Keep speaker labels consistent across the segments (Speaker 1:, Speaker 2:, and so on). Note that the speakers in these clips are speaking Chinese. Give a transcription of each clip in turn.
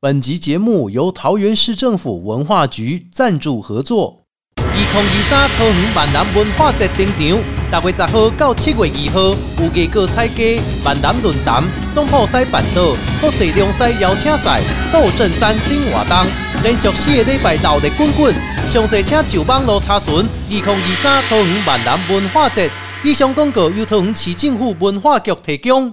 Speaker 1: 本集节目由桃园市政府文化局赞助合作。二零二三桃园万南文化节登场，六月十号到七月二号，有艺哥彩家、万南论坛、总铺西办岛、国际龙狮邀请赛、斗阵山等活动，连续四个礼拜斗得滚滚。详细请就网络查询。二零二三桃园万南文化节，以上广告由桃园市政府文化局提供。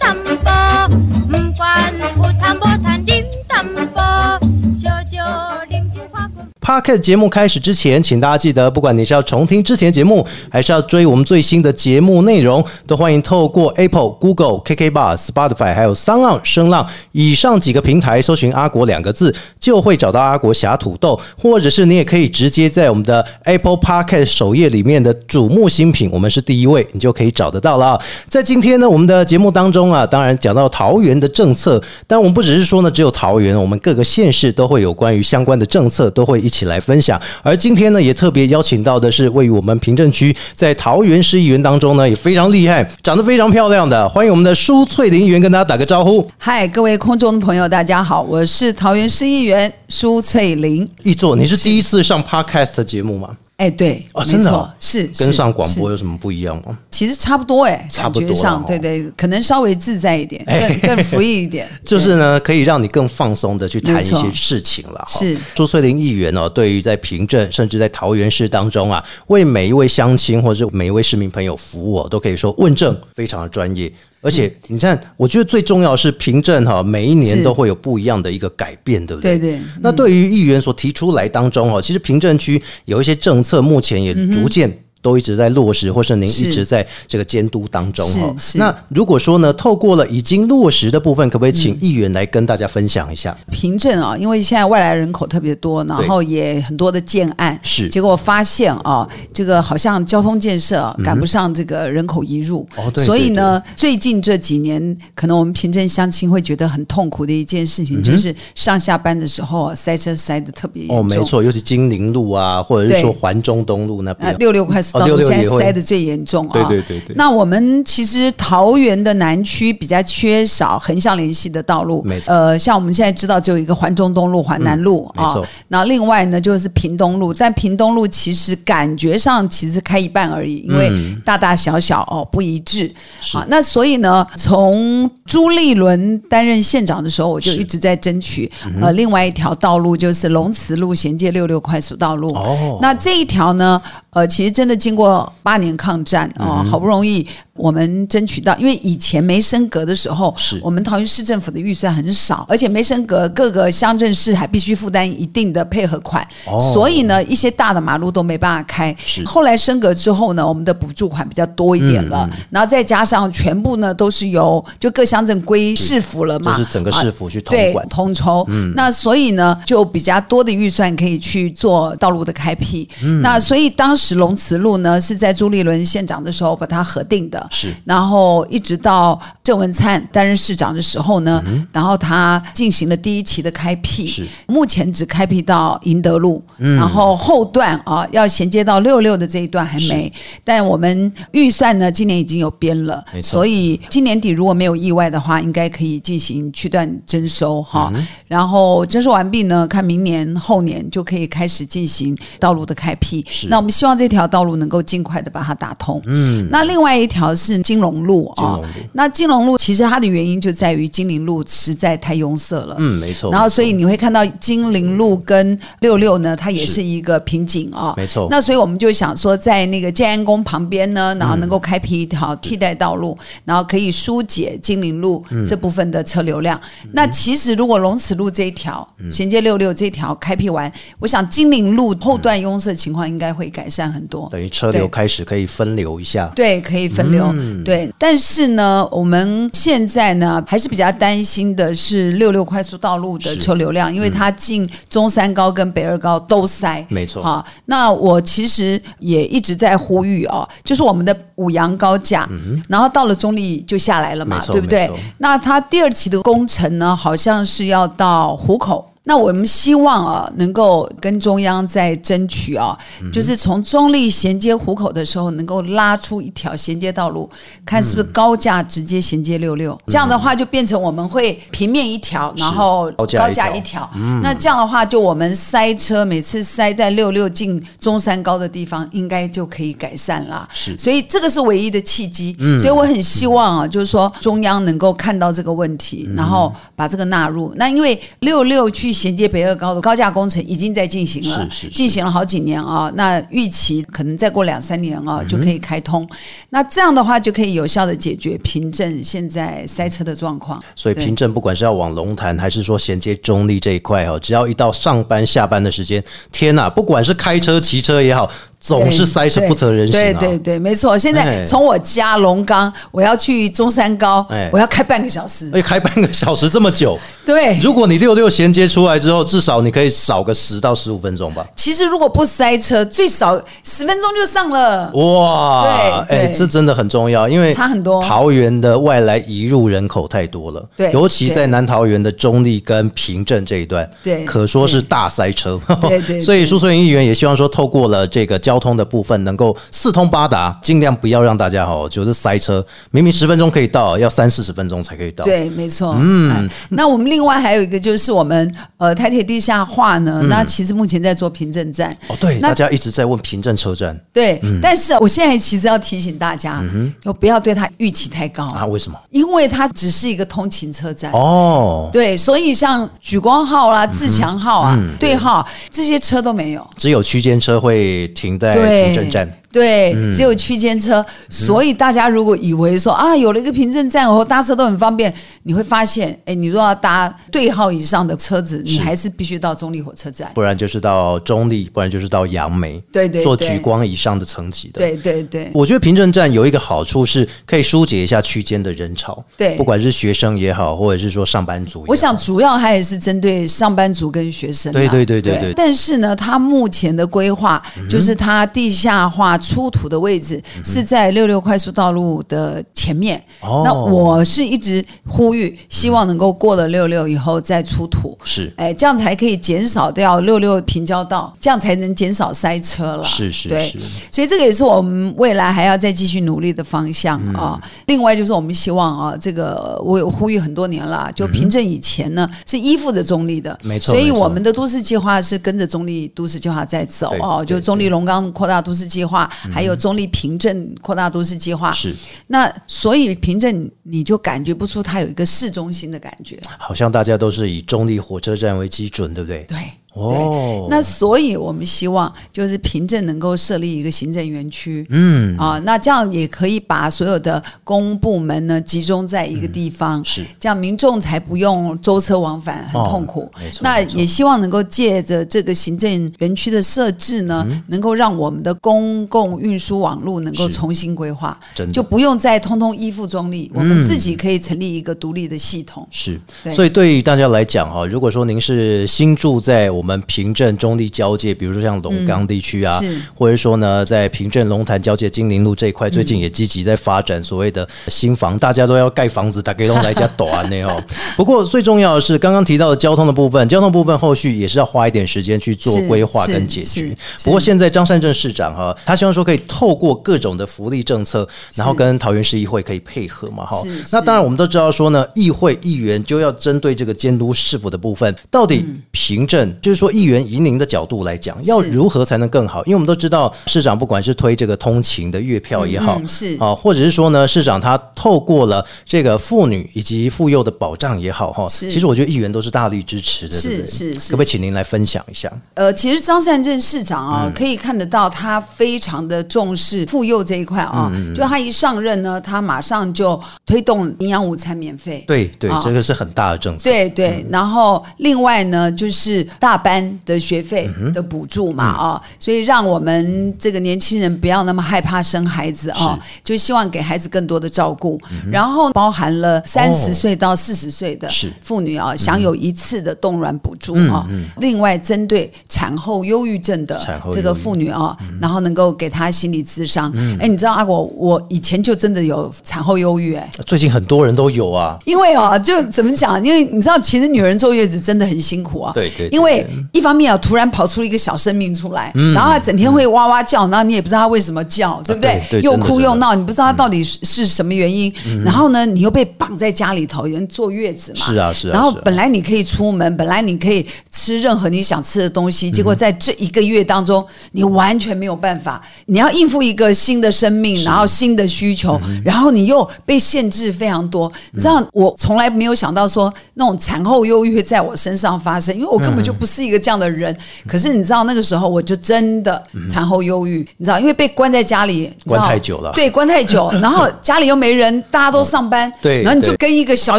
Speaker 2: tâm bò Mùm quan u tham bò than điểm tâm bò Cho cho điểm chữ khoa cùng
Speaker 1: Pocket 节目开始之前，请大家记得，不管你是要重听之前节目，还是要追我们最新的节目内容，都欢迎透过 Apple、Google、KK Bar、Spotify 还有三浪、声浪以上几个平台搜寻“阿国”两个字，就会找到阿国侠土豆，或者是你也可以直接在我们的 Apple Pocket 首页里面的瞩目新品，我们是第一位，你就可以找得到了啊。在今天呢，我们的节目当中啊，当然讲到桃园的政策，但我们不只是说呢，只有桃园，我们各个县市都会有关于相关的政策，都会一起来分享。而今天呢，也特别邀请到的是位于我们平镇区，在桃园市议员当中呢，也非常厉害，长得非常漂亮的，欢迎我们的舒翠玲议员跟大家打个招呼。
Speaker 3: 嗨，各位空中的朋友，大家好，我是桃园市议员苏翠玲。
Speaker 1: 易座，你是第一次上 Podcast 节目吗？
Speaker 3: 哎，对，
Speaker 1: 哦
Speaker 3: 没
Speaker 1: 真的
Speaker 3: 错
Speaker 1: 哦
Speaker 3: 是
Speaker 1: 跟
Speaker 3: 是
Speaker 1: 上广播
Speaker 3: 是
Speaker 1: 有什么不一样吗？
Speaker 3: 其实差不多哎，
Speaker 1: 差不多
Speaker 3: 感觉
Speaker 1: 了
Speaker 3: 上
Speaker 1: 哦
Speaker 3: 对对，可能稍微自在一点，
Speaker 1: 哎
Speaker 3: 更更 free 一点，
Speaker 1: 就是呢，可以让你更放松的去谈一
Speaker 3: 没
Speaker 1: 些
Speaker 3: 错
Speaker 1: 事情了。哈
Speaker 3: 是
Speaker 1: 朱翠玲议员哦，对于在平镇甚至在桃园市当中啊，为每一位乡亲或者是每一位市民朋友服务、哦，都可以说问政非常的专业。而且你看，我觉得最重要的是平镇哈、每一年
Speaker 3: 嗯是
Speaker 1: 都会有不一样的一个改变，对不
Speaker 3: 对
Speaker 1: 对？
Speaker 3: 对。
Speaker 1: 那对于议员所提出来当中哦，其实平镇区有一些政策，目前也逐渐。都一直在落实，或是您
Speaker 3: 嗯是
Speaker 1: 一直在这个监督当中哦。
Speaker 3: 是是
Speaker 1: 那如果说呢，透过了已经落实的部分，可不可以
Speaker 3: 嗯
Speaker 1: 请议员来跟大家分享一下？
Speaker 3: 凭证啊，因为现在外来人口特别多，然后也很多的建案，
Speaker 1: 是
Speaker 3: 结果发现啊，这个好像交通建设啊赶不上这个人口移入，
Speaker 1: 嗯哦对
Speaker 3: 所以呢，最近这几年，可能我们凭证乡亲会觉得很痛苦的一件事情，就是上下班的时候啊塞车塞的特别严
Speaker 1: 嗯哦，
Speaker 3: 重，
Speaker 1: 没错，尤其金陵路啊，或者是
Speaker 3: 对
Speaker 1: 说环中东路那
Speaker 3: 啊
Speaker 1: 边，，
Speaker 3: 六六快速道
Speaker 1: 哦66
Speaker 3: 路现在
Speaker 1: 也会
Speaker 3: 塞的最严重啊！
Speaker 1: 对对对对
Speaker 3: 那我们其实桃园的南区比较缺少横向联系的道路，
Speaker 1: 没错
Speaker 3: 呃，像我们现在知道只有一个环中东路、环南路
Speaker 1: 嗯没
Speaker 3: 啊
Speaker 1: 错，
Speaker 3: 那另外呢就是屏东路，但屏东路其实感觉上其实开一半而已，因为大大小小哦不一致
Speaker 1: 嗯是
Speaker 3: 啊。那所以呢，从朱立伦担任县长的时候，我就是一直在争取
Speaker 1: 嗯
Speaker 3: 呃另外一条道路，就是龙慈路衔接六六快速道路。
Speaker 1: 哦
Speaker 3: 那这一条呢，呃，其实真的经过八年抗战
Speaker 1: 嗯
Speaker 3: 啊、好不容易我们争取到，因为以前没升格的时候，
Speaker 1: 是
Speaker 3: 我们桃园市政府的预算很少，而且没升格，各个乡镇市还必须负担一定的配合款，
Speaker 1: 哦
Speaker 3: 所以呢，一些大的马路都没办法开
Speaker 1: 是。
Speaker 3: 后来升格之后呢，我们的补助款比较多一点
Speaker 1: 嗯
Speaker 3: 了，然后再加上全部呢都是由就各乡镇归市府了嘛，
Speaker 1: 就是整个
Speaker 3: 啊
Speaker 1: 市府去统
Speaker 3: 对
Speaker 1: 管。
Speaker 3: 统筹。那所以呢，就比较多的预算可以去做道路的开辟。那所以当时龙慈路呢是在朱立伦县长的时候把它核定的，
Speaker 1: 是
Speaker 3: 然后一直到郑文灿担任市长的时候呢，然后他进行了第一期的开辟，
Speaker 1: 是
Speaker 3: 目前只开辟到银德路，然后后段啊要衔接到六六的这一段还没，但我们预算呢今年已经有编了
Speaker 1: 没，错
Speaker 3: 所以今年底如果没有意外的话，应该可以进行区段征收
Speaker 1: 嗯
Speaker 3: 哈，然后征收完毕呢，看明年后年就可以开始进行道路的开辟
Speaker 1: 是，
Speaker 3: 那我们希望这条道路能够尽快的把它打通，嗯，那另外一条是金融路
Speaker 1: 金
Speaker 3: 啊
Speaker 1: 融路，
Speaker 3: 那金融路其实它的原因就在于金陵路实在太拥塞了，
Speaker 1: 嗯，没错。
Speaker 3: 然后，
Speaker 1: 没错
Speaker 3: 所以你会看到金陵路跟六六呢，它也
Speaker 1: 是
Speaker 3: 是一个瓶颈啊、
Speaker 1: 没错
Speaker 3: 那所以我们就想说，在那个建安宫旁边呢，然后能够开辟一
Speaker 1: 嗯
Speaker 3: 条替代道路，然后可以疏解金陵路
Speaker 1: 嗯
Speaker 3: 这部分的车流量。那其实如果龙慈路这一条
Speaker 1: 嗯
Speaker 3: 衔接六六这一条开辟完，我想金陵路后段拥塞情况应该会改善很多。
Speaker 1: 等于车流
Speaker 3: 对
Speaker 1: 开始可以分流一下。
Speaker 3: 对，可以分流。
Speaker 1: 嗯
Speaker 3: 对，但是呢，我们现在呢还是比较担心的是六六快速道路的
Speaker 1: 是嗯
Speaker 3: 车流量，因为它进中山高跟北二高都塞。
Speaker 1: 没错
Speaker 3: 啊，那我其实也一直在呼吁哦，就是我们的五羊高架，然后到了中立就下来了嘛
Speaker 1: 嗯没，错
Speaker 3: 对不
Speaker 1: 没
Speaker 3: 对
Speaker 1: 错？
Speaker 3: 那它第二期的工程呢，好像是要到湖口。那我们希望啊，能够跟中央再争取啊，
Speaker 1: 嗯
Speaker 3: 就是从中立衔接湖口的时候，能够拉出一条衔接道路，看是不是高架直接衔接六六。
Speaker 1: 嗯
Speaker 3: 这样的话，就变成我们会平面一条，然后
Speaker 1: 高架一
Speaker 3: 高架
Speaker 1: 条
Speaker 3: 一条。
Speaker 1: 嗯
Speaker 3: 那这样的话，就我们塞车，每次塞在六六进中山高的地方，应该就可以改善啦。
Speaker 1: 是嗯
Speaker 3: 所以这个是唯一的契机。所以我很希望啊，就是说中央能够看到这个问题，
Speaker 1: 嗯
Speaker 3: 然后把这个纳入。那因为六六去衔接北二高的高架工程已经在进行了，
Speaker 1: 是是是
Speaker 3: 进行了好几年啊。那预期可能再过两三年
Speaker 1: 嗯
Speaker 3: 啊、就可以开通。那这样的话就可以有效的解决平镇现在塞车的状况。
Speaker 1: 所以
Speaker 3: 对
Speaker 1: 平镇不管是要往龙潭，还是说衔接中立这一块哦，只要一到上班下班的时间，天呐，不管是开车、骑车也好，总是塞车
Speaker 3: 对
Speaker 1: 不成人形
Speaker 3: 对
Speaker 1: 啊！
Speaker 3: 对对，没错。现
Speaker 1: 哎
Speaker 3: 在从我家龙岗，我要去中山高
Speaker 1: 哎，
Speaker 3: 我要开半个小时。
Speaker 1: 而且开半个小时这么久，
Speaker 3: 对，
Speaker 1: 如果你六六衔接出来之后，至少你可以少个十到十五分钟吧。
Speaker 3: 其实如果不塞车，最少十分钟就上
Speaker 1: 哦
Speaker 3: 了。
Speaker 1: 哇，
Speaker 3: 对
Speaker 1: 哎、
Speaker 3: 对
Speaker 1: 这真的很重要，因为
Speaker 3: 差很多
Speaker 1: 桃园的外来移入人口太多了，
Speaker 3: 对
Speaker 1: 尤其
Speaker 3: 对
Speaker 1: 在南桃园的中立跟平镇这一段，
Speaker 3: 对
Speaker 1: 可说是大塞车。
Speaker 3: 对对 对
Speaker 1: 所以苏顺英议员也希望说，透过了这个交通的部分，能够四通八达，尽量不要让大家哦，就是塞车，明明十分钟可以到，要三四十分钟才可以到。
Speaker 3: 对，没错。嗯、那我们另外还有一个就是我们呃台铁地下化呢，那其实目前在做凭证站。
Speaker 1: 嗯哦，嗯对，
Speaker 3: 那
Speaker 1: 大家一直在问平镇车站
Speaker 3: 对，但是我现在其实要提醒大家，就不要对它预期太高，
Speaker 1: 嗯啊，为什么？
Speaker 3: 因为它只是一个通勤车站。
Speaker 1: 哦，
Speaker 3: 对，所以像举光号啦、自强号啊、
Speaker 1: 嗯
Speaker 3: 对号这些车都没有。
Speaker 1: 只有区间车会停在
Speaker 3: 对，
Speaker 1: 平镇站。嗯
Speaker 3: 对，只有区间车，所以大家如果以为说啊，有了一个凭证站以后搭车都很方便，你会发现，哎，你如果要搭对号以上的车子，你还是必须到中立火车站。
Speaker 1: 不然就是到中立，不然就是到杨梅，
Speaker 3: 对对
Speaker 1: 做
Speaker 3: 对
Speaker 1: 举光以上的层级的。，
Speaker 3: 对对对
Speaker 1: 我觉得平镇站有一个好处是可以疏解一下区间的人潮，
Speaker 3: 对
Speaker 1: 不管是学生也好，或者是说上班族也好，
Speaker 3: 我想主要还是针对上班族跟学生啦。
Speaker 1: 对对对对嗯对
Speaker 3: 但是呢，它目前的规划就是它地下化出土的位
Speaker 1: 嗯
Speaker 3: 置是在六六快速道路的前面。
Speaker 1: 哦嗯
Speaker 3: 那我是一直呼吁，希望能够过了六六以后再出土。
Speaker 1: 是
Speaker 3: 哎，这样才可以减少掉六六平交道，这样才能减少塞车了。
Speaker 1: 是是
Speaker 3: 对
Speaker 1: 是，
Speaker 3: 所以这个也是我们未来还要再继续努力的方向啊、
Speaker 1: 嗯
Speaker 3: 另外就是我们希望啊，这个我有呼吁很多年了，就凭证以前呢、是依附着中立的，
Speaker 1: 嗯没错
Speaker 3: 所以
Speaker 1: 没错
Speaker 3: 我们的都市计划是跟着中立都市计划在走
Speaker 1: 对
Speaker 3: 哦，
Speaker 1: 对嗯
Speaker 3: 就中立龙岗扩大都市计划，还有中立平镇扩大都市计划。
Speaker 1: 是
Speaker 3: 那所以凭证你就感觉不出它有一个市中心的感觉，
Speaker 1: 好像大家都是以中立火车站为基准，对不对？
Speaker 3: 对。对
Speaker 1: 哦，
Speaker 3: 那所以我们希望就是凭证能够设立一个行政园区，嗯啊，那这样也可以把所有的公部门呢集中在一个
Speaker 1: 嗯
Speaker 3: 地方，
Speaker 1: 是
Speaker 3: 这样民众才不用舟车往返，很
Speaker 1: 哦
Speaker 3: 痛苦。
Speaker 1: 没错
Speaker 3: 那
Speaker 1: 没错
Speaker 3: 也希望能够借着这个行政园区的设置呢，能够让我们的公共运输网络能够
Speaker 1: 嗯是
Speaker 3: 重新规划
Speaker 1: 真，的嗯
Speaker 3: 就不用再通通依附中立，我们自己可以成立一个独立的系统。
Speaker 1: 是，
Speaker 3: 对
Speaker 1: 所以对于大家来讲哈，如果说您是新住在我们平镇中立交界，比如说像龙岗地区啊，
Speaker 3: 是嗯
Speaker 1: 或者说呢，在平镇龙潭交界金陵路这一块，最近也积极在发展所谓的新房，大家都要盖房子，大家都来家短呢 哦。不过最重要的是，刚刚提到的交通的部分，交通部分后续也是要花一点时间去做
Speaker 3: 是
Speaker 1: 规划
Speaker 3: 是
Speaker 1: 跟解
Speaker 3: 是
Speaker 1: 决。
Speaker 3: 是
Speaker 1: 不过现在张善政市长哈，他希望说可以透过各种的福利政策，然后跟桃园市议会可以配合嘛哈
Speaker 3: 是。
Speaker 1: 那
Speaker 3: 是
Speaker 1: 当然。我们都知道说呢，议会议员就要针对这个监督市府的部分，到底
Speaker 3: 嗯
Speaker 1: 凭证，就是说议员以您的角度来讲，要如何才能更好？因为我们都知道市长不管是推这个通勤的月票也好，
Speaker 3: 嗯嗯是
Speaker 1: 啊，或者是说呢，市长他透过了这个妇女以及妇幼的保障也好哈，
Speaker 3: 是
Speaker 1: 其实我觉得议员都是大力支持的，
Speaker 3: 是
Speaker 1: 对不对
Speaker 3: 是
Speaker 1: 可
Speaker 3: 是
Speaker 1: 不可以请您来分享一下？
Speaker 3: 呃，其实张善政市长啊，可以看得到他非常的重视妇幼这一块啊。就他一上任呢，他马上就推动营养午餐免费。
Speaker 1: 对对，
Speaker 3: 啊
Speaker 1: 这个是很大的政策，嗯
Speaker 3: 对对，然后另外呢，就是大班的学费
Speaker 1: 嗯
Speaker 3: 的补助嘛啊、所以让我们这个年轻人不要那么害怕生孩子啊、就希望给孩子更多的照顾，
Speaker 1: 嗯
Speaker 3: 然后包含了三十岁到四十岁的
Speaker 1: 哦是嗯
Speaker 3: 妇女啊、享有一次的冻卵补助啊、另外针对产后忧郁症的
Speaker 1: 产后
Speaker 3: 这个
Speaker 1: 忧郁嗯
Speaker 3: 妇女啊、然后能够给她心理咨商。哎、你知道阿果，我以前就真的有产后忧郁哎、
Speaker 1: 最近很多人都有啊，
Speaker 3: 因为哦，就怎么讲？因为你知道，其实女人坐月子真的很辛苦啊。
Speaker 1: 对对对
Speaker 3: 因为一方面啊，突然跑出一个小生命出来，
Speaker 1: 嗯
Speaker 3: 然后她整天会哇哇叫，然后你也不知道她为什么叫，对不对？
Speaker 1: 对啊对
Speaker 3: 又
Speaker 1: 真的
Speaker 3: 哭又
Speaker 1: 真的嗯
Speaker 3: 闹，你不知道她到底是是什么原因。然后呢，你又被绑在家里头，人坐月子嘛。
Speaker 1: 是啊是啊
Speaker 3: 然后
Speaker 1: 是啊
Speaker 3: 本来你可以出门，本来你可以吃任何你想吃的东
Speaker 1: 嗯
Speaker 3: 西，结果在这一个月当中，你完全没有办法。你要应付一个新的生命，然后新的需求，
Speaker 1: 嗯
Speaker 3: 然后你又被限制非常多。你知道，我从来没有想到说那种产后忧郁会在我身上发生，因为我根本就不是一个这样的人。
Speaker 1: 嗯
Speaker 3: 可是你知道，那个时候我就真的产后忧郁，你知道，因为被关在家里，你知道
Speaker 1: 关太久了
Speaker 3: 对，关太 久，然后家里又没人，大家都上班，
Speaker 1: 对
Speaker 3: 然后你就
Speaker 1: 对
Speaker 3: 跟一个小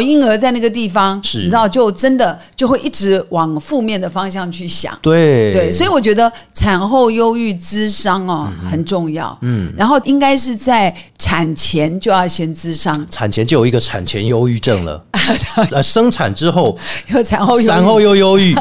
Speaker 3: 婴儿在那个地方，
Speaker 1: 是
Speaker 3: 你知道，哦就真的就会一直往负面的方向去想。
Speaker 1: 对
Speaker 3: 对，所以我觉得产后忧郁咨商哦、很重要，嗯，然后应该是在产前就要先咨商，
Speaker 1: 产前就有一个产前忧郁症 了，呃，生产之后
Speaker 3: 有产后忧郁
Speaker 1: 产后又忧 郁，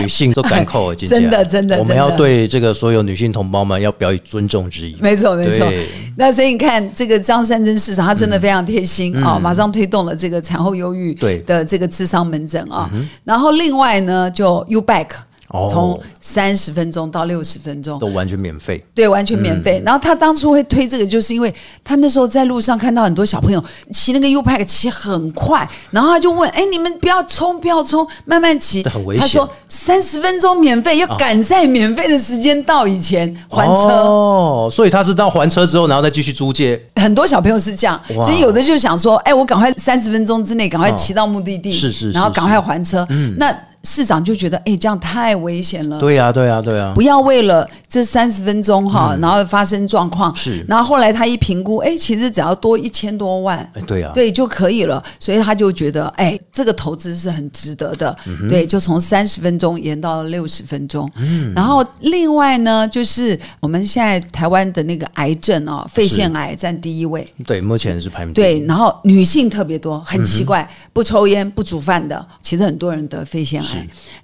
Speaker 1: 女性都敢扣，啊姐姐
Speaker 3: 真的真的
Speaker 1: 我们
Speaker 3: 真的
Speaker 1: 要对这个所有女性同胞们要表以尊重之意。
Speaker 3: 没错，没错
Speaker 1: 对。嗯
Speaker 3: 那所以你看，这个张三珍市长他真的非常贴心啊、马上推动了这个产后忧郁
Speaker 1: 对嗯
Speaker 3: 的这个智商门诊啊、然后另外呢，就 U Back
Speaker 1: 哦
Speaker 3: 从三十分钟到六十分钟
Speaker 1: 都。完全免费，
Speaker 3: 对，完全免
Speaker 1: 嗯
Speaker 3: 费。然后他当初会推这个，就是因为他那时候在路上看到很多小朋友骑那个 U Pack 骑很快，然后他就问：“哎，你们不要冲，不要冲，慢慢骑。”
Speaker 1: 这很危险
Speaker 3: 他说：“三十分钟免费，要赶在免费的时间到以前还车。
Speaker 1: 哦，所以他是到还车之后，然后再继续租借，
Speaker 3: 很多小朋友是这样，
Speaker 1: 哇
Speaker 3: 所以有的就想说，哎，我赶快三十分钟之内赶快骑到目的地，
Speaker 1: 哦是是是嗯
Speaker 3: 然后赶快还车。那市长就觉得，哎，这样太危险了。
Speaker 1: 对呀、对呀、对呀、
Speaker 3: 嗯
Speaker 1: 啊
Speaker 3: 不要为了这三十分钟哈，然后发生状况。
Speaker 1: 嗯是
Speaker 3: 然后后来他一评估，哎，其实只要多一千多万，
Speaker 1: 哎对呀、
Speaker 3: 对就可以了。所以他就觉得，哎，这个投资是很值得的。
Speaker 1: 嗯
Speaker 3: 对，就从三十分钟延到了六十分钟。
Speaker 1: 嗯
Speaker 3: 然后另外呢，就是我们现在台湾的那个癌症哦，肺腺癌占第一位。
Speaker 1: 对，目前是排名第一
Speaker 3: 对，，然后女性特别多，很奇
Speaker 1: 嗯
Speaker 3: 怪，不抽烟、不煮饭的，其实很多人得肺腺癌。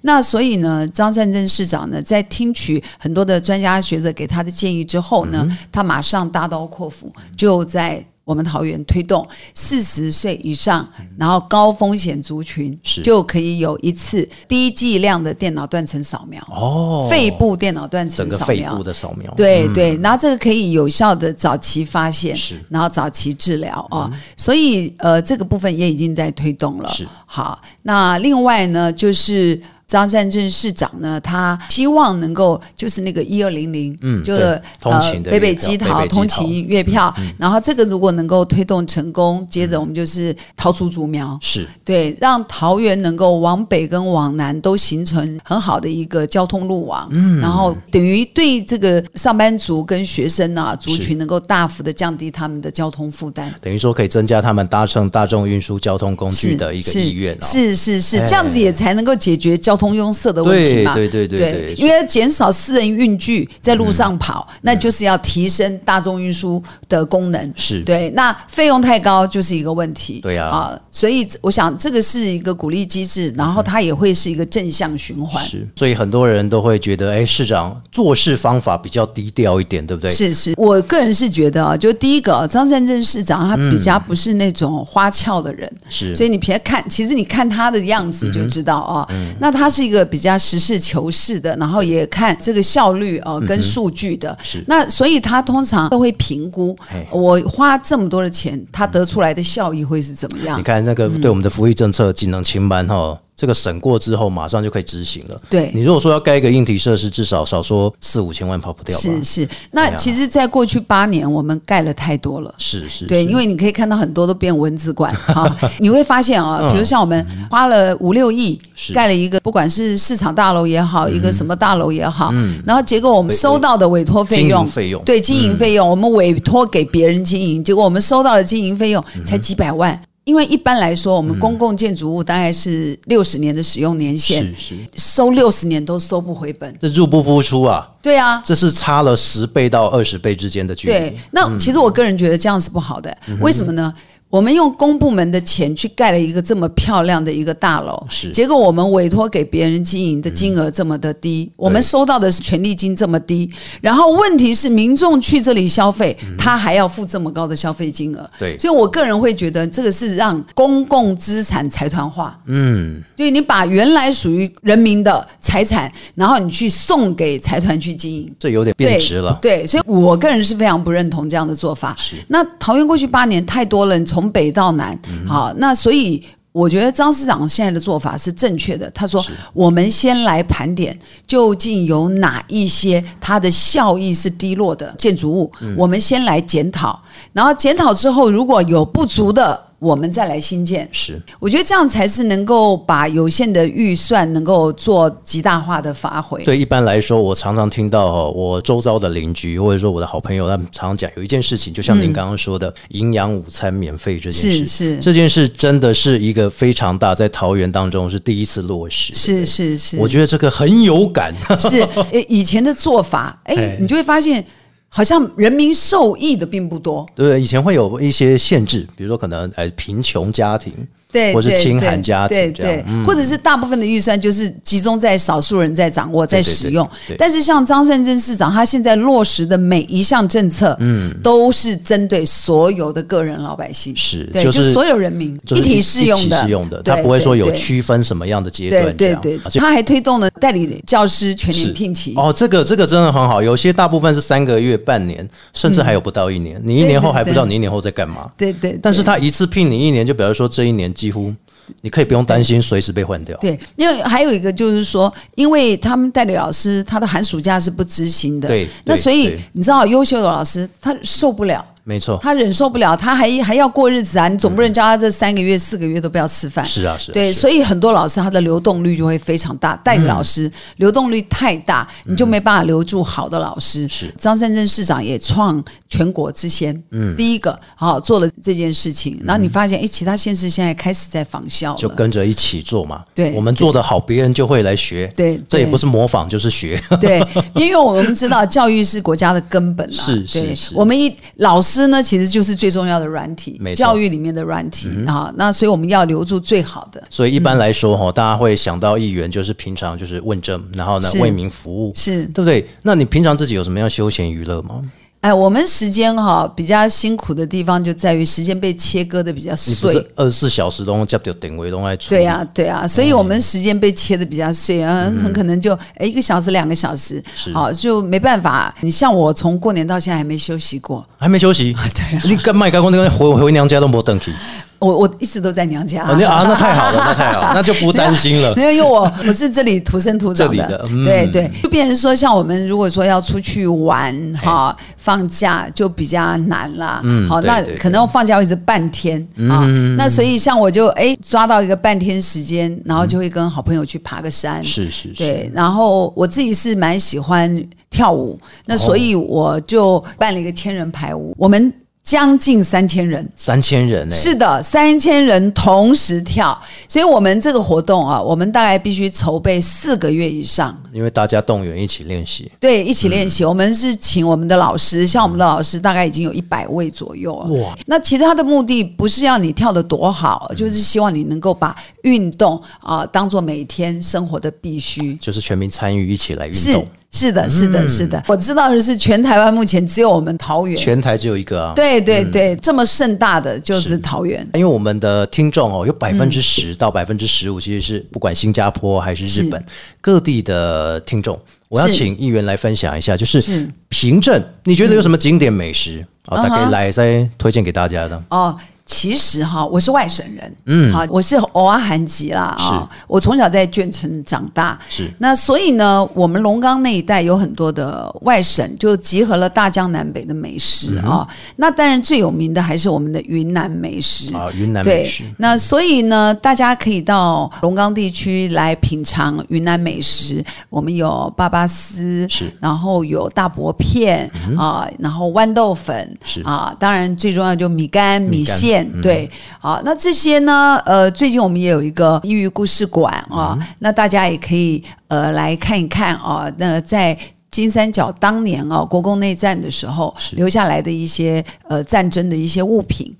Speaker 3: 那所以呢，张善政市长呢，在听取很多的专家学者给他的建议之后
Speaker 1: 嗯
Speaker 3: 呢，他马上大刀阔斧，就在。我们桃园推动四十岁以上，然后高风险族群
Speaker 1: 嗯是
Speaker 3: 就可以有一次低剂量的电脑断层扫描，
Speaker 1: 哦，
Speaker 3: 肺部电脑断层
Speaker 1: 整个
Speaker 3: 扫
Speaker 1: 肺
Speaker 3: 描
Speaker 1: 部，的扫描，
Speaker 3: 对对，然后这个可以有效的早期发现，
Speaker 1: 嗯是嗯
Speaker 3: 然后早期治疗啊、所以呃，这个部分也已经在推动了。
Speaker 1: 是
Speaker 3: 好，那另外呢，就是。张善政市长呢，他希望能够就是那个一二零零，
Speaker 1: 嗯
Speaker 3: 就是呃
Speaker 1: 对通勤的
Speaker 3: 北
Speaker 1: 月
Speaker 3: 北
Speaker 1: 票
Speaker 3: 基
Speaker 1: 北
Speaker 3: 桃
Speaker 1: 北基
Speaker 3: 通
Speaker 1: 桃嗯
Speaker 3: 勤月票，然后这个如果能够推动成功，接着我们就是桃竹竹苗，
Speaker 1: 是
Speaker 3: 对，让桃园能够往北跟往南都形成很好的一个交通路网，嗯，然后等于对这个上班族跟学生啊族群能够大幅的降低他们的交通负担。
Speaker 1: 等于说可以增加他们搭乘大众运输交通工具
Speaker 3: 是
Speaker 1: 的一个
Speaker 3: 是
Speaker 1: 意愿哦。
Speaker 3: 是是是，这样子也才能够解决交通拥塞的问题嘛。
Speaker 1: 对对对对嗯对
Speaker 3: 因为要减少私人运具在路上跑，那就是要提升大众运输的功能。
Speaker 1: 是
Speaker 3: 对，那费用太高就是一个问题。
Speaker 1: 对啊
Speaker 3: 所以我想这个是一个鼓励机制，然后它也会是一个正向循环。
Speaker 1: 是，所以很多人都会觉得，哎，市长做事方法比较低调一点，对不对？
Speaker 3: 是是，我个人是觉得啊，就第一个张善政市
Speaker 1: 嗯
Speaker 3: 长，他比较不是那种花俏的人，
Speaker 1: 是嗯
Speaker 3: 所以你别看，其实你看他的样子就知道啊、那他是一个比较实事求是的，然后也看这个效率啊、跟数据的。
Speaker 1: 嗯是
Speaker 3: 那所以他通常都会评估
Speaker 1: 嘿，
Speaker 3: 我花这么多的钱，他得出来的效益会是怎么样
Speaker 1: 你？看那
Speaker 3: 嗯
Speaker 1: 个对我们的福利政策技能清班哈，这个审过之后马上就可以执行了。
Speaker 3: 对
Speaker 1: 你如果说要盖一个硬体设施，至少少说四五千万跑不掉吧？
Speaker 3: 是是，那
Speaker 1: 对啊
Speaker 3: 其实，在过去八年，我们盖了太多了。
Speaker 1: 是是，
Speaker 3: 对，
Speaker 1: 是
Speaker 3: 因为你可以看到很多都变文 字馆啊，你会发现啊，比如像我们花了五六亿
Speaker 1: 嗯是嗯
Speaker 3: 盖了一个，不管是市场大楼也好，一个什么大楼也好，然后结果我们收到的委托费
Speaker 1: 经
Speaker 3: 用
Speaker 1: 营，费用嗯嗯
Speaker 3: 对经营费用，我们委托给别人经营，结果我们收到的经营费用才几百万。因为一般来说，我们公共建筑物大概是六十年的使用年限，
Speaker 1: 是是，
Speaker 3: 收六十年都收不回本。
Speaker 1: 这入不敷出啊，
Speaker 3: 对啊，
Speaker 1: 这是差了十倍到二十倍之间的距
Speaker 3: 对
Speaker 1: 离。，嗯
Speaker 3: 那其实我个人觉得这样是不好的，为什么呢？我们用公部门的钱去盖了一个这么漂亮的一个大楼，
Speaker 1: 是
Speaker 3: 结果我们委托给别人经营的金额这么的
Speaker 1: 嗯
Speaker 3: 低，我们收到的权利金这么低，然后问题是民众去这里消费，他还要付这么高的消费金额，
Speaker 1: 嗯对
Speaker 3: 所以我个人会觉得这个是让公共资产财团化，
Speaker 1: 嗯，
Speaker 3: 就是你把原来属于人民的财产，然后你去送给财团去经营，
Speaker 1: 这有点
Speaker 3: 对
Speaker 1: 变质了。
Speaker 3: 对，所以我个人是非常不认同这样的做法。
Speaker 1: 是
Speaker 3: 那桃园过去八年太多了，你从北到南，
Speaker 1: 嗯
Speaker 3: 好、那所以。我觉得张市长现在的做法是正确的。他说：“我们先来盘点，究竟有哪一些它的效益是低落的建筑物，
Speaker 1: 嗯
Speaker 3: 我们先来检讨。然后检讨之后，如果有不足的，我们再来新建。
Speaker 1: 是，
Speaker 3: 我觉得这样才是能够把有限的预算能够做极大化的发挥。
Speaker 1: 对，一般来说，我常常听到哦，我周遭的邻居或者说我的好朋友，他们常常讲有一件事情，就像您刚刚说的，营养午餐免费这件事，
Speaker 3: 嗯是是
Speaker 1: 这件事真的是一个非常大，在桃园当中是第一次落实。
Speaker 3: 是是是，
Speaker 1: 我觉得这个很有感，
Speaker 3: 是诶以前的做法，哎、
Speaker 1: 哎
Speaker 3: 你就会发现，好像人民受益的并不多。
Speaker 1: 对，以前会有一些限制，比如说可能呃贫穷家庭，
Speaker 3: 对，
Speaker 1: 或是
Speaker 3: 对
Speaker 1: 清
Speaker 3: 对
Speaker 1: 寒家庭
Speaker 3: 对
Speaker 1: 这样嗯
Speaker 3: 对，或者是大部分的预算就是集中在少数人在掌握、
Speaker 1: 对对
Speaker 3: 在
Speaker 1: 对
Speaker 3: 使用。
Speaker 1: 对
Speaker 3: 但是像张善政市长，他现在落实的每一项政策，嗯，都是针对所有的个人老百姓，
Speaker 1: 是
Speaker 3: 对，
Speaker 1: 就
Speaker 3: 就是所有人民
Speaker 1: 就是
Speaker 3: 体适用的，
Speaker 1: 一起适用的，
Speaker 3: 对
Speaker 1: 他不会说有
Speaker 3: 对对
Speaker 1: 区分什么样的阶段
Speaker 3: 对
Speaker 1: 这
Speaker 3: 对
Speaker 1: 样啊
Speaker 3: 对
Speaker 1: 而，且
Speaker 3: 他还推动了代理教师全
Speaker 1: 是
Speaker 3: 年聘齐。
Speaker 1: 哦，这个这个真的很好，有些大部分是三个月、半年，甚至还有不到一年。你一年后还不知道
Speaker 3: 嗯对对
Speaker 1: 你一年后在干嘛，
Speaker 3: 对对，对
Speaker 1: 但是他一次聘你一年，就表示说这一年几乎你可以不用担心随时被换掉。
Speaker 3: 对，因为还有一个就是说，因为他们代理老师他的寒暑假是不执行的，
Speaker 1: 对
Speaker 3: 那
Speaker 1: 对
Speaker 3: 所以
Speaker 1: 对
Speaker 3: 你知道，优秀的老师他受不了，
Speaker 1: 没错，
Speaker 3: 他忍受不了，啊他还还要过日子啊，你总不能叫他这三个月、四个月都不要吃饭。
Speaker 1: 是啊，是啊，
Speaker 3: 对，
Speaker 1: 是啊
Speaker 3: 所以很多老师他的流动率就会非常大，代理老师、
Speaker 1: 嗯
Speaker 3: 流动率太大，你就没办法留住好的老师。
Speaker 1: 嗯是
Speaker 3: 张善政市长也创全国之先，嗯，第一个好做了这件事情，然后你发现，哎，其他县市现在开始在仿效
Speaker 1: 嗯就
Speaker 3: 了。
Speaker 1: 跟着一起做嘛。
Speaker 3: 对
Speaker 1: 我们做的好，别人就会来学。
Speaker 3: 对
Speaker 1: 这也
Speaker 3: 对
Speaker 1: 不是模仿，就是 学。
Speaker 3: 对，因为我们知道教育是国家的根本啦。
Speaker 1: 是
Speaker 3: 对
Speaker 1: 是是
Speaker 3: 我们一老师呢，其实就是最重要的软体
Speaker 1: 没，错嗯
Speaker 3: 教育里面的软体啊。那所以我们要留住最好的。
Speaker 1: 所以一般来
Speaker 3: 嗯
Speaker 1: 说哈，大家会想到议员就是平常就是问政，然后呢
Speaker 3: 是
Speaker 1: 为民服务，
Speaker 3: 是
Speaker 1: 对不对？那你平常自己有什么样休闲娱乐吗？
Speaker 3: 哎，我们时间哈、比较辛苦的地方就在于时间被切割的比较
Speaker 1: 你不
Speaker 3: 碎
Speaker 1: 是。二十四小时都接到定位都在处理
Speaker 3: 对呀、对
Speaker 1: 嗯
Speaker 3: 呀、所以我们时间被切的比较碎，嗯，很可能就哎一个小时、两个小时
Speaker 1: 是，
Speaker 3: 好、就没办法。你像我从过年到现在还没休息过，
Speaker 1: 还没休息，
Speaker 3: 对啊
Speaker 1: 你干嘛？干工那个回回娘家都没等去，
Speaker 3: 我我一直都在娘家。
Speaker 1: 啊，你啊，那太好了，那太好 了，那就不担心了。
Speaker 3: 没有，因为我我是这里土生土长
Speaker 1: 这里
Speaker 3: 的，
Speaker 1: 的嗯
Speaker 3: 对对，就变成说，像我们如果说要出去玩哈，放假就比较难啦。
Speaker 1: 嗯
Speaker 3: 好，
Speaker 1: 对
Speaker 3: 那
Speaker 1: 对嗯
Speaker 3: 可能放假会是半天啊，那所以像我就哎抓到一个半天时间，然后就会跟好朋友去爬个山，
Speaker 1: 是是是，
Speaker 3: 对，然后我自己是蛮喜欢跳舞，那
Speaker 1: 哦
Speaker 3: 所以我就办了一个千人排舞，我们将近三千人。
Speaker 1: 三千人欸呢、
Speaker 3: 是的，三千人同时跳，所以我们这个活动啊，我们大概必须筹备四个月以上。
Speaker 1: 因为大家动员一起练习。
Speaker 3: 对，一起练
Speaker 1: 嗯
Speaker 3: 习。我们是请我们的老师，像我们的老师大概已经有一百位左右啊。
Speaker 1: 哇！嗯
Speaker 3: 那其实他的目的不是要你跳得多好，就是希望你能够把运动啊、当做每天生活的必须。
Speaker 1: 就是全民参与一起来运
Speaker 3: 是
Speaker 1: 动，嗯
Speaker 3: 是的，是的，是的。我知道的是，全台湾目前只有我们桃园。
Speaker 1: 全台只有一个啊。
Speaker 3: 对对对，这么盛大的就是桃园。
Speaker 1: 因为我们的听众哦，有
Speaker 3: 嗯
Speaker 1: 百分之十到百分之十五，其实是不管新加坡还是日本各地的听众。我要
Speaker 3: 是
Speaker 1: 请议员来分享一下，就是
Speaker 3: 是嗯
Speaker 1: 凭证，你觉得有什么景点美食啊？大概来再推荐给大家的。
Speaker 3: 哦，其实哈，我是外省人，嗯，好，我是偶尔韩籍啦啊、我从小在眷村长大，
Speaker 1: 是
Speaker 3: 那所以呢，我们龙岗那一带有很多的外省，就集合了大江南北的美食
Speaker 1: 嗯
Speaker 3: 啊、那当然最有名的还是我们的云南美食
Speaker 1: 啊，云南美
Speaker 3: 对
Speaker 1: 食，
Speaker 3: 那所以呢，大家可以到龙岗地区来品尝云南美食。我们有粑粑丝，
Speaker 1: 是嗯
Speaker 3: 然后有大薄片啊、然后豌豆粉，
Speaker 1: 是
Speaker 3: 啊，当然最重要就米干、米
Speaker 1: 干
Speaker 3: 见，对，啊，那这些呢，呃，最近我们也有一个抑郁故事馆啊，那大家也可以呃来看一看啊，那在。金三角当年啊，国共内战的时候留下来的一些呃战争的一些物品。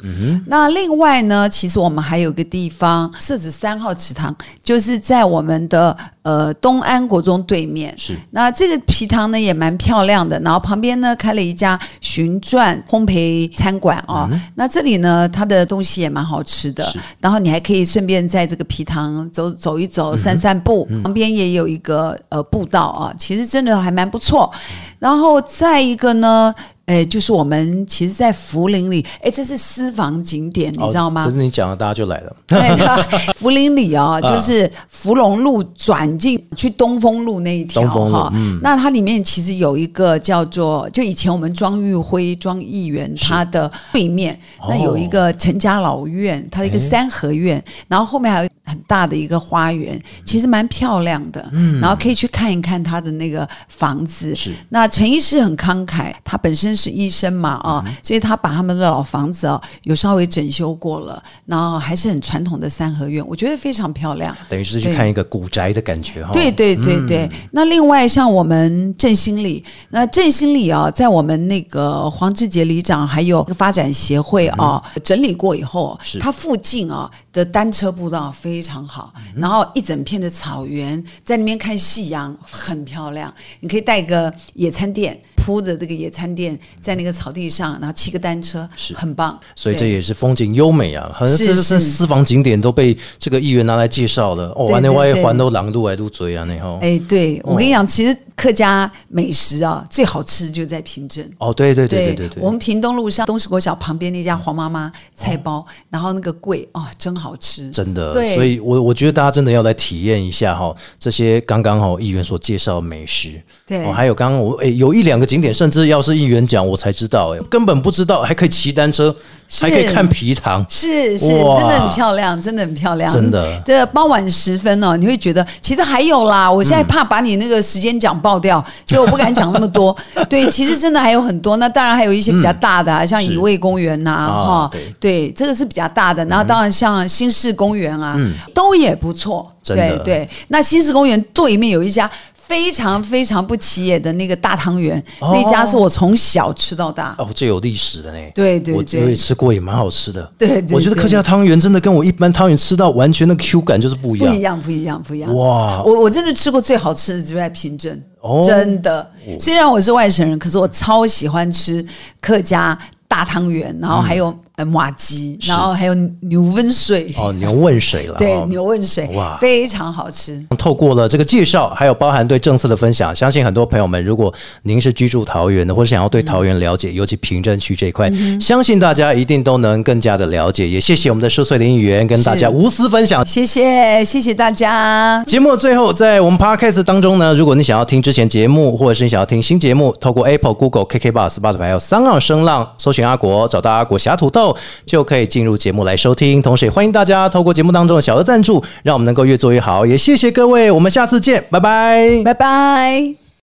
Speaker 3: 那另外呢，其实我们还有个地方，社子三号池塘，就是在我们的呃东安国中对面。
Speaker 1: 是
Speaker 3: 那这个皮塘呢也蛮漂亮的，然后旁边呢开了一家寻转烘焙餐馆哦。那这里呢，它的东西也蛮好吃的
Speaker 1: 嗯是，
Speaker 3: 然后你还可以顺便在这个皮塘走走一
Speaker 1: 嗯
Speaker 3: 走、散散步，旁边也有一个呃步道啊，其实真的还蛮不错。然后再一个呢。哎，就是我们其实，在福林里，哎，这是私房景点，你知道吗？
Speaker 1: 哦这是你讲了，大家就来了。
Speaker 3: 对，福林里啊、就是福隆路转进去东风路那一条
Speaker 1: 东风路嗯
Speaker 3: 哈、那它里面其实有一个叫做，就以前我们庄玉辉庄议员他的对面，
Speaker 1: 哦
Speaker 3: 那有一个陈家老院，它的一个
Speaker 1: 哎
Speaker 3: 三合院，然后后面还有。很大的一个花园，
Speaker 1: 嗯
Speaker 3: 其实蛮漂亮的，然后可以去看一看他的那个房子。
Speaker 1: 是
Speaker 3: 那陈医师很慷慨，他本身是医生嘛啊、
Speaker 1: 嗯
Speaker 3: 所以他把他们的老房子哦有稍微整修过了，然后还是很传统的三合院，我觉得非常漂亮。
Speaker 1: 等于是去看一个古宅的感觉哈。
Speaker 3: 对对对对，
Speaker 1: 嗯
Speaker 3: 那另外像我们振兴里，那振兴里啊，在我们那个黄志杰里长还有发展协会啊、整理过以
Speaker 1: 嗯
Speaker 3: 后
Speaker 1: 是，
Speaker 3: 它附近啊的单车步道非常好，
Speaker 1: 嗯
Speaker 3: 然后一整片的草原，在那边看夕阳很漂亮。你可以带个野餐垫，铺着这个野餐垫在那个草地上，然后骑个单车，
Speaker 1: 是
Speaker 3: 很棒。
Speaker 1: 所以这
Speaker 3: 对
Speaker 1: 也是风景优美啊，好像
Speaker 3: 是
Speaker 1: 这是
Speaker 3: 是
Speaker 1: 私房景点都被这个议员拿来介绍了。哦，
Speaker 3: 对
Speaker 1: 完了
Speaker 3: 对
Speaker 1: 外
Speaker 3: 对
Speaker 1: 环都狼入来入嘴啊，那吼。
Speaker 3: 哎，对我
Speaker 1: 哦
Speaker 3: 跟你讲，其实客家美食啊，最好吃就在平镇。
Speaker 1: 哦，对对对对对
Speaker 3: 我
Speaker 1: 对，
Speaker 3: 们屏东路上东石国小旁边那家黄妈妈菜包，然后那个贵啊、真好吃。
Speaker 1: 哦真的。
Speaker 3: 对
Speaker 1: 所以我我觉得大家真的要来体验一下哈，这些刚刚哈议员所介绍的美食。
Speaker 3: 对
Speaker 1: 哦，还有刚刚我诶、有一两个景点，甚至要是议员讲我才知道、诶，哎根本不知道，还可以骑单车，
Speaker 3: 是
Speaker 1: 还可以看皮塘。
Speaker 3: 是啊是，
Speaker 1: 哇
Speaker 3: 真的很漂亮，真的很漂亮，
Speaker 1: 真的
Speaker 3: 这傍晚时分哦，你会觉得其实还有啦。我现在怕把你那个时间讲爆掉，
Speaker 1: 嗯
Speaker 3: 所以我不敢讲那么 多。对，其实真的还有很多。那当然还有一些比较大的、啊，像
Speaker 1: 是
Speaker 3: 乙未公园呐、
Speaker 1: 啊
Speaker 3: 哈、
Speaker 1: 对
Speaker 3: 对，这个是比较大的。然后当然像新市公园啊，都也不错。
Speaker 1: 嗯真的
Speaker 3: 对对，那新市公园对面有一家。非常非常不起眼的那个大汤圆，
Speaker 1: 哦
Speaker 3: 那家是我从小吃到大。
Speaker 1: 哦，这有历史的呢。
Speaker 3: 对对
Speaker 1: 我
Speaker 3: 对
Speaker 1: 我也吃过，也蛮好吃的。
Speaker 3: 对对对
Speaker 1: 我觉得客家汤圆真的跟我一般汤圆吃到完全那个 Q 感就是不一
Speaker 3: 不
Speaker 1: 样
Speaker 3: 一。样，不一样，不一样。
Speaker 1: 哇
Speaker 3: 我我真的吃过最好吃的就在平镇，
Speaker 1: 哦
Speaker 3: 真的。虽然我是外省人，可是我超喜欢吃客家大汤圆，然后
Speaker 1: 嗯
Speaker 3: 还有呃马鸡，然后还有牛温水，
Speaker 1: 哦，牛问水了。
Speaker 3: 对
Speaker 1: 哦，
Speaker 3: 牛温水
Speaker 1: 哇
Speaker 3: 非常好吃。
Speaker 1: 透过了这个介绍，还有包含对政策的分享，相信很多朋友们，如果您是居住桃园的，或是想要对桃园了解，尤其平镇区这一块，
Speaker 3: 嗯
Speaker 1: 相信大家一定都能更加的了解。也谢谢我们的施翠林议员跟大家
Speaker 3: 是
Speaker 1: 无私分享。
Speaker 3: 谢谢，谢谢大家。
Speaker 1: 节目的最后，在我们 podcast 当中呢，如果你想要听之前节目，或者是你想要听新节目，透过 Apple、Google、KK Bus、Spotify 还有三浪声浪搜寻阿国，找到阿国侠土豆，就可以进入节目来收听。同时，也欢迎大家透过节目当中的小额赞助，让我们能够越做越好。也谢谢各位，我们下次见，拜拜。
Speaker 3: 拜拜。